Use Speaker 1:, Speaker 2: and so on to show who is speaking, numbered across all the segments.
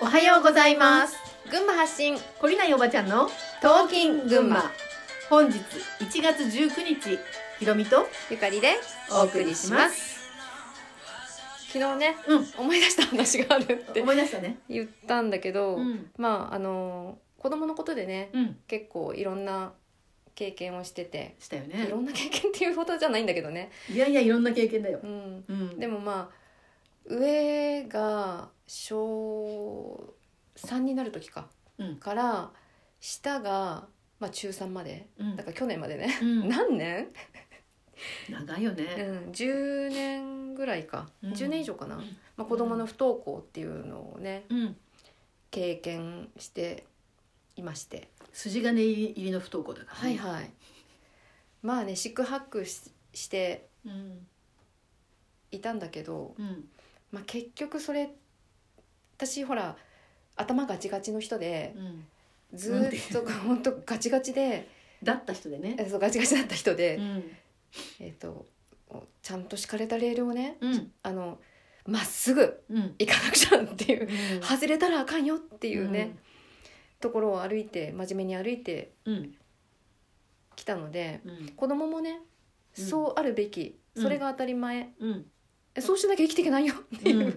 Speaker 1: おはようございます。
Speaker 2: 群馬発信
Speaker 1: こりないおばちゃんの
Speaker 2: トーキン群馬
Speaker 1: 本日1月19日、ひろみと
Speaker 2: ゆかりでお送りします昨日ね
Speaker 1: うん。
Speaker 2: 思い出した話があるって
Speaker 1: 思い出したね。
Speaker 2: 言ったんだけど、
Speaker 1: うん。
Speaker 2: まああの子供のことでね
Speaker 1: うん。
Speaker 2: 結構いろんな経験をしてて、
Speaker 1: したよ
Speaker 2: い
Speaker 1: ね
Speaker 2: ろ。んな経験っていうほどじゃないんだけどね、
Speaker 1: いやいや、いろんな経験だよ。
Speaker 2: うん、
Speaker 1: うん。
Speaker 2: でもまあ上が小3になる時か、
Speaker 1: うん
Speaker 2: から下が、まあ、中3まで
Speaker 1: うん
Speaker 2: だから去年までね、
Speaker 1: うん
Speaker 2: 何年
Speaker 1: 長いよ
Speaker 2: う
Speaker 1: ね。
Speaker 2: ん、10年ぐらいか、
Speaker 1: うん
Speaker 2: 10年以上かな、まあ、子供の不登校っていうのをね
Speaker 1: うん。
Speaker 2: 経験していまして
Speaker 1: 筋金入りの不登校だから。
Speaker 2: はいはいまあね四苦八苦しして
Speaker 1: い。うん。
Speaker 2: いたんだけど、
Speaker 1: うん。
Speaker 2: まあ、結局それ私ほら頭ガチガチの人で
Speaker 1: うん。
Speaker 2: ずーっと 本当ガチガチで
Speaker 1: だった人でね。
Speaker 2: えそうガチガチだった人で、
Speaker 1: ん。
Speaker 2: えっとちゃんと敷かれたレールをね
Speaker 1: うん。
Speaker 2: あのまっすぐ
Speaker 1: うん。
Speaker 2: 行かなくちゃっていう
Speaker 1: うん
Speaker 2: 外れたらあかんよっていうね、。ところを歩いて真面目に歩いて
Speaker 1: うん。
Speaker 2: きたので
Speaker 1: うん。
Speaker 2: 子供もね、
Speaker 1: うん
Speaker 2: そうあるべき
Speaker 1: うん
Speaker 2: それが当たり前、
Speaker 1: うん。
Speaker 2: えそうしなきゃ生きていけないよっていう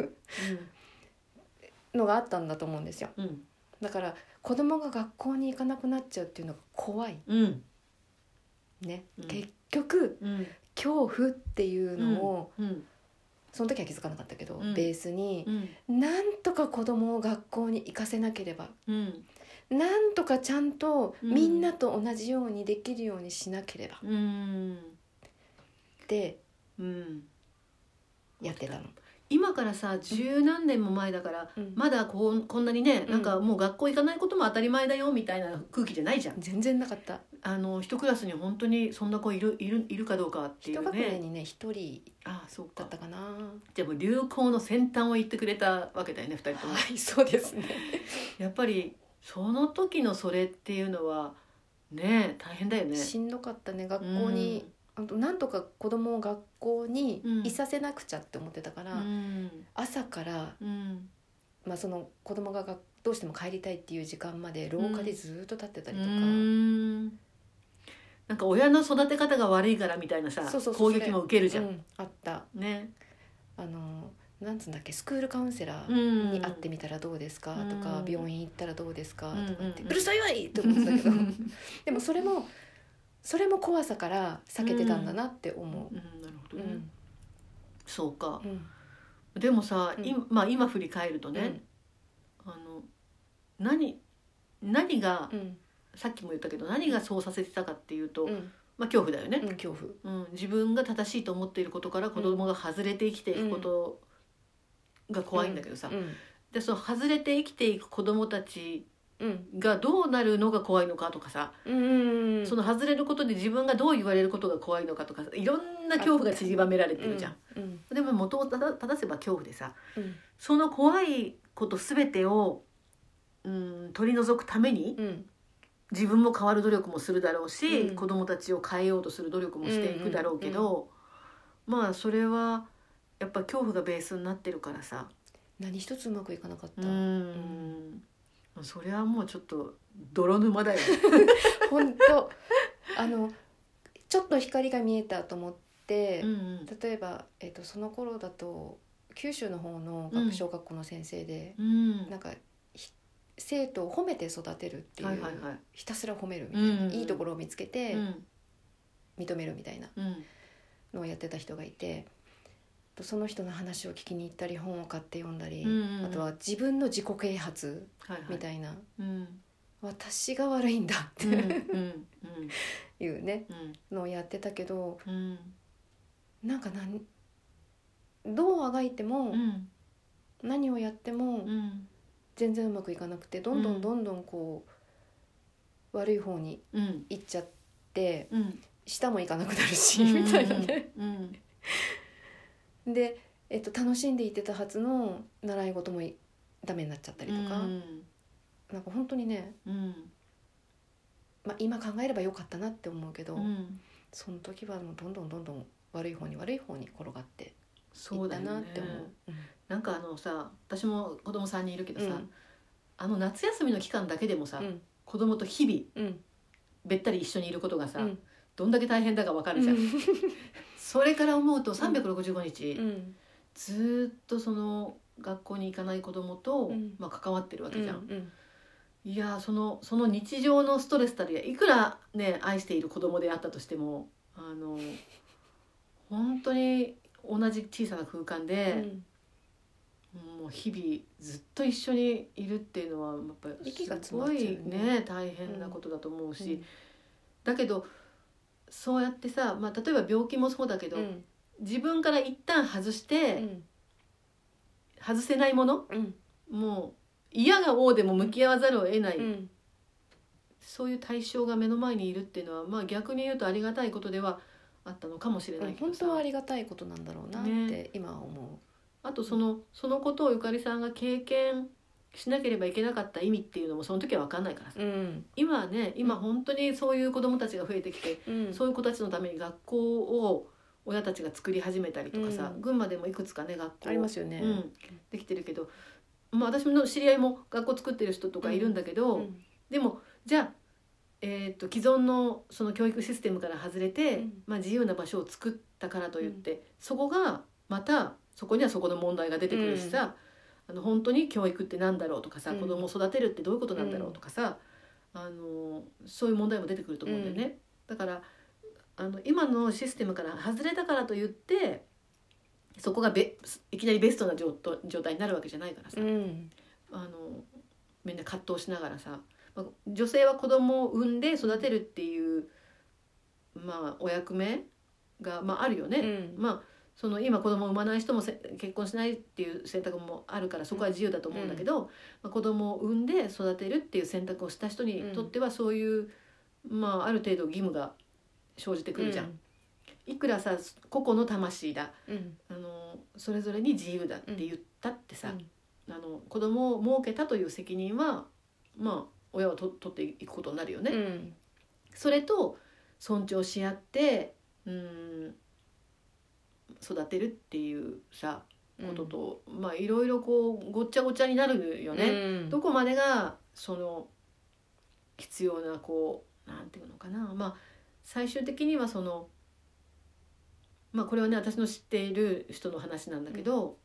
Speaker 1: うん
Speaker 2: のがあったんだと思うんですよ
Speaker 1: うん。
Speaker 2: だから子供が学校に行かなくなっちゃうっていうのが怖い
Speaker 1: うん。
Speaker 2: ね、
Speaker 1: うん
Speaker 2: 結局
Speaker 1: うん。
Speaker 2: 恐怖っていうのを、
Speaker 1: うん。
Speaker 2: その時は気づかなかったけど、
Speaker 1: うん
Speaker 2: ベースに
Speaker 1: うん。
Speaker 2: なんとか子供を学校に行かせなければ
Speaker 1: うん。
Speaker 2: なんとかちゃんと
Speaker 1: うん
Speaker 2: みんなと同じようにできるようにしなければ
Speaker 1: うん。
Speaker 2: って
Speaker 1: うん。
Speaker 2: やってたの。
Speaker 1: 今からさ十何年も前だから、
Speaker 2: うん
Speaker 1: まだこうこんなにね
Speaker 2: うん
Speaker 1: なんかもう学校行かないことも当たり前だよみたいな空気じゃないじゃん。
Speaker 2: 全然なかった
Speaker 1: あの一クラスに本当にそんな子いるいるいるかどうかってい
Speaker 2: 一
Speaker 1: う
Speaker 2: 学年
Speaker 1: ね。
Speaker 2: にね一人
Speaker 1: ああそう
Speaker 2: だ
Speaker 1: か
Speaker 2: っ。たかな
Speaker 1: でも流行の先端を言ってくれたわけだよね二人とも。
Speaker 2: はいそうですね
Speaker 1: やっぱりその時のそれっていうのはね大変だよね。
Speaker 2: しんどかったね学校に、あとなんとか子供を学校に
Speaker 1: うん
Speaker 2: いさせなくちゃって思ってたか
Speaker 1: う
Speaker 2: ら、
Speaker 1: ん
Speaker 2: 朝から、
Speaker 1: うん
Speaker 2: まあ、その子供ががどうしても帰りたいっていう時間まで廊下でずっと立ってたりとか、
Speaker 1: うんなんか親の育て方が悪いからみたいなさ
Speaker 2: そうそうそう
Speaker 1: 攻撃も受けるじゃん。
Speaker 2: うんあった
Speaker 1: ね。
Speaker 2: あのなんつうんだっけスクールカウンセラー
Speaker 1: に
Speaker 2: に会ってみたらどうですかとか、
Speaker 1: うん
Speaker 2: 病院行ったらどうですかとか言って、
Speaker 1: う
Speaker 2: うんうるさいわいって思ってた けどでもそれもそれも怖さから避けてたんだなって思
Speaker 1: うんなるほど
Speaker 2: う。
Speaker 1: ね、
Speaker 2: うん
Speaker 1: そうか
Speaker 2: うん
Speaker 1: でもさ、
Speaker 2: うん
Speaker 1: 今まあ、今振り返るとね、あの何何が、
Speaker 2: うん
Speaker 1: さっきも言ったけど何がそうさせてたかっていうと、
Speaker 2: うんうん
Speaker 1: まあ、恐怖だよね、
Speaker 2: うん恐怖
Speaker 1: うん自分が正しいと思っていることから子供が外れて生きていくことが怖いんだけどさ、
Speaker 2: うん
Speaker 1: でその外れて生きていく子供たち
Speaker 2: うん
Speaker 1: がどうなるのが怖いのかとかさ、
Speaker 2: うんうんうん
Speaker 1: その外れることで自分がどう言われることが怖いのかとかいろんな恐怖が縮ばめられてるじゃん。
Speaker 2: うん
Speaker 1: でも元を正正せば恐怖でさ
Speaker 2: うん
Speaker 1: その怖いこと全てをうん取り除くために
Speaker 2: うん
Speaker 1: 自分も変わる努力もするだろうし、
Speaker 2: うん
Speaker 1: 子供たちを変えようとする努力もしていくだろうけど、まあそれはやっぱ恐怖がベースになってるからさ
Speaker 2: 何一つうまくいかなかっ
Speaker 1: う
Speaker 2: た
Speaker 1: んそれはもうちょっと泥沼 だよね。
Speaker 2: 本 当あのちょっと光が見えたと思って
Speaker 1: うんうん
Speaker 2: 例えばえっとその頃だと九州の方の学小学校の先生で
Speaker 1: うん
Speaker 2: なんかひ生徒を褒めて育てるってい
Speaker 1: はいはいうはい。
Speaker 2: ひたすら褒めるみたいな
Speaker 1: うん
Speaker 2: いいところを見つけて
Speaker 1: うん
Speaker 2: 認めるみたいな
Speaker 1: うん
Speaker 2: のをやってた人がいてとその人の話を聞きに行ったり本を買って読んだり、
Speaker 1: うんうん
Speaker 2: あとは自分の自己啓発
Speaker 1: はいはい
Speaker 2: みたいな、
Speaker 1: うん
Speaker 2: 私が悪いんだっ
Speaker 1: うんうん
Speaker 2: ていうね、
Speaker 1: うん
Speaker 2: のをやってたけど
Speaker 1: うん
Speaker 2: なんかなんどうあがいても、
Speaker 1: うん
Speaker 2: 何をやっても
Speaker 1: うん
Speaker 2: 全然うまくいかなくてどんどんどんどんこう、悪い方に
Speaker 1: うん
Speaker 2: 行っちゃって
Speaker 1: うん
Speaker 2: 下もいかなくなるし、みたいなね。
Speaker 1: うん
Speaker 2: で、えっと、楽しんでいってたはずの習い事もいダメになっちゃったりとか、
Speaker 1: うん
Speaker 2: なんか本当にね
Speaker 1: うん
Speaker 2: まあ、今考えればよかったなって思うけど、
Speaker 1: うん
Speaker 2: その時はもうどんどんどんどん悪い方に悪い方に転がってい
Speaker 1: そう
Speaker 2: っ
Speaker 1: だ
Speaker 2: た
Speaker 1: よ
Speaker 2: なっ
Speaker 1: ね
Speaker 2: て思う。
Speaker 1: なんかあのさ私も子供さ3人いるけどさ、
Speaker 2: うん
Speaker 1: あの夏休みの期間だけでもさ、
Speaker 2: うん
Speaker 1: 子供と日々
Speaker 2: うん
Speaker 1: べったり一緒にいることがさ、
Speaker 2: うん
Speaker 1: どんだけ大変だかわかるじゃん、それから思うと365日、
Speaker 2: うん
Speaker 1: ずーっとその学校に行かない子供と、
Speaker 2: うん
Speaker 1: まあ、関わってるわけじゃん、
Speaker 2: うん
Speaker 1: いやーそのその日常のストレスたるやいくらね愛している子供であったとしてもあの本当に同じ小さな空間
Speaker 2: う
Speaker 1: で、
Speaker 2: ん
Speaker 1: もう日々ずっと一緒にいるっていうのはやっぱり
Speaker 2: 息が
Speaker 1: す
Speaker 2: 詰ま
Speaker 1: ご
Speaker 2: っちゃうよ
Speaker 1: い
Speaker 2: ね
Speaker 1: ね大変なことだと思うし、だけどそうやってさ、まあ、例えば病気もそうだけど、
Speaker 2: うん
Speaker 1: 自分から一旦外し
Speaker 2: う
Speaker 1: て、
Speaker 2: ん
Speaker 1: 外せないもの
Speaker 2: うん
Speaker 1: もう嫌が王でも向き合わざるを得ない、
Speaker 2: うん
Speaker 1: そういう対象が目の前にいるっていうのは、まあ、逆に言うとありがたいことではあったのかもしれないけど
Speaker 2: 本
Speaker 1: さ、
Speaker 2: 当はありがたいことなんだろうなっ
Speaker 1: ね
Speaker 2: て今は思
Speaker 1: あとそのそのことをゆかりさんが経験しなければいけなかった意味っていうのもその時は分かんないからさ
Speaker 2: ううん
Speaker 1: 今はね今本当にそういう子どもたちが増えてきて、
Speaker 2: うん
Speaker 1: そういう子たちのために学校を親たちが作り始めたりとかさ、
Speaker 2: うん
Speaker 1: 群馬でもいくつかね学校
Speaker 2: ありますよね
Speaker 1: うん、できてるけど、まあ、私の知り合いも学校作ってる人とかいるんだけど、
Speaker 2: うん
Speaker 1: でもじゃあ、えー、と既存のその教育システムから外れて、
Speaker 2: うん
Speaker 1: まあ、自由な場所を作ったからといって、そこがまたそこにはそこの問題が出てくるしさ、あの本当に教育ってなんだろうとかさ、
Speaker 2: うん
Speaker 1: 子供を育てるってどういうことなんだろうとかさ、あのそういう問題も出てくると思うんだよね。だからあの今のシステムから外れたからといってそこがべいきなりベストな状状態になるわけじゃないからさ、
Speaker 2: うん
Speaker 1: あのみんな葛藤しながらさ、まあ、女性は子供を産んで育てるっていう、まあ、お役目が、まあ、あるよ
Speaker 2: う
Speaker 1: ね。
Speaker 2: ん
Speaker 1: まあその今子供を産まない人もせ結婚しないっていう選択もあるからそこは自由だと思うんだけど、まあ、子供を産んで育てるっていう選択をした人にとってはそういう、まあ、ある程度義務が生じてくるじゃん。いくらさ個々の魂だ
Speaker 2: うん
Speaker 1: あのそれぞれに自由だって言ったってさ、
Speaker 2: うん
Speaker 1: あの子供を設けたという責任はまあ親はと取っていくことになるよね。
Speaker 2: うん
Speaker 1: それと尊重し合ってうん育てるっていうさことと、まあいろいろこうごっちゃごちゃになるよね。
Speaker 2: うん
Speaker 1: どこまでがその必要なこうなんていうのかなまあ最終的にはそのまあこれはね私の知っている人の話なんだけど、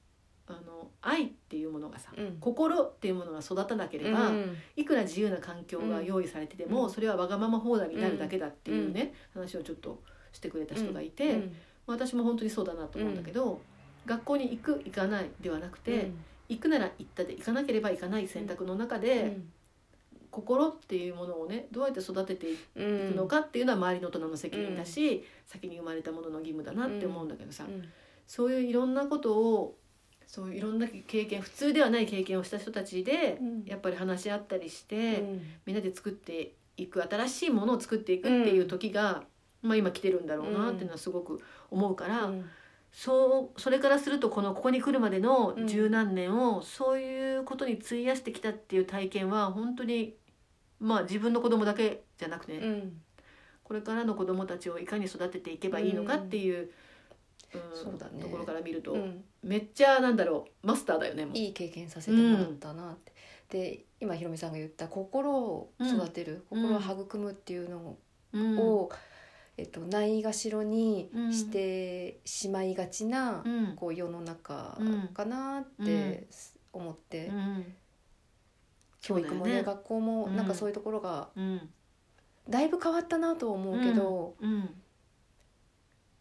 Speaker 1: あの愛っていうものがさ、
Speaker 2: うん
Speaker 1: 心っていうものが育たなければ、
Speaker 2: うん
Speaker 1: いくら自由な環境が用意されてても、
Speaker 2: うん
Speaker 1: それはわがまま放題になるだけだっていうね、話をちょっとしてくれた人がいて、
Speaker 2: うん
Speaker 1: まあ私も本当にそうだなと思うんだけど、学校に行く行かないではなくて、行くなら行ったで行かなければ行かない選択の中
Speaker 2: う
Speaker 1: で、
Speaker 2: ん
Speaker 1: 心っていうものをねどうやって育てていく
Speaker 2: うん
Speaker 1: のかっていうのは周りの大人の責任だし、先に生まれたものの義務だなって思うんだけどさ、
Speaker 2: うん
Speaker 1: そういういろんなことをそういういろんな経験普通ではない経験をした人たちで、
Speaker 2: うん
Speaker 1: やっぱり話し合ったりし
Speaker 2: う
Speaker 1: て、
Speaker 2: ん
Speaker 1: みんなで作っていく新しいものを作っていくっていう時が、まあ、今来てるんだろうなっていうのはすごく思うから、
Speaker 2: うん
Speaker 1: そうそれからするとこのここに来るまでの十何年を、そういうことに費やしてきたっていう体験は本当にまあ自分の子供だけじゃなくて、
Speaker 2: うん
Speaker 1: これからの子供たちをいかに育てていけばいいのかっていう、うん
Speaker 2: そうだね
Speaker 1: ところから見ると、
Speaker 2: うん
Speaker 1: めっちゃなんだろうマスターだよねもう。
Speaker 2: いい経験させてもらったなって、で今ひろみさんが言った心を育てる、
Speaker 1: うん
Speaker 2: 心を育むっていうの
Speaker 1: うん
Speaker 2: を、えっと、ないがしろに
Speaker 1: うん
Speaker 2: してしまいがちな、
Speaker 1: うん
Speaker 2: こう世の中かなっ
Speaker 1: うん
Speaker 2: て思って、
Speaker 1: うん
Speaker 2: 教育もね
Speaker 1: そうだよね
Speaker 2: 学校もなん
Speaker 1: う
Speaker 2: か
Speaker 1: ん
Speaker 2: そういうところが
Speaker 1: うん
Speaker 2: だいぶ変わったなとは思うけど、
Speaker 1: うん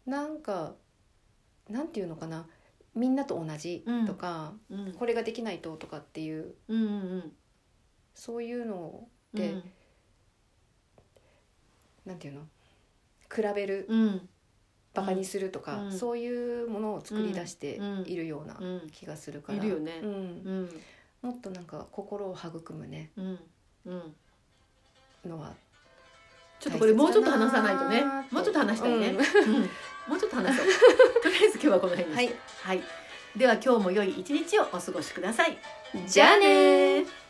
Speaker 2: なんかなんていうのかなみんなと同じとか、
Speaker 1: うん
Speaker 2: これができないととかっていう
Speaker 1: うんうん
Speaker 2: そういうのを
Speaker 1: うん
Speaker 2: でなんていうの比べる
Speaker 1: うん
Speaker 2: バカにするとか、
Speaker 1: うん
Speaker 2: そういうものを作り出して
Speaker 1: うん
Speaker 2: いるような
Speaker 1: うん
Speaker 2: 気がするから、
Speaker 1: いるよね
Speaker 2: うん
Speaker 1: うん
Speaker 2: もっとなんか心を育むね
Speaker 1: うんうん
Speaker 2: のは
Speaker 1: ちょっとこれもうちょっと話さないとね
Speaker 2: 大切だなーと
Speaker 1: もうちょっと話したいね、
Speaker 2: うん
Speaker 1: うんもうちょっと話 そうとりあえず今日はこの辺にして、はいでは今日も良い一日をお過ごしください
Speaker 2: じゃあねー
Speaker 1: ー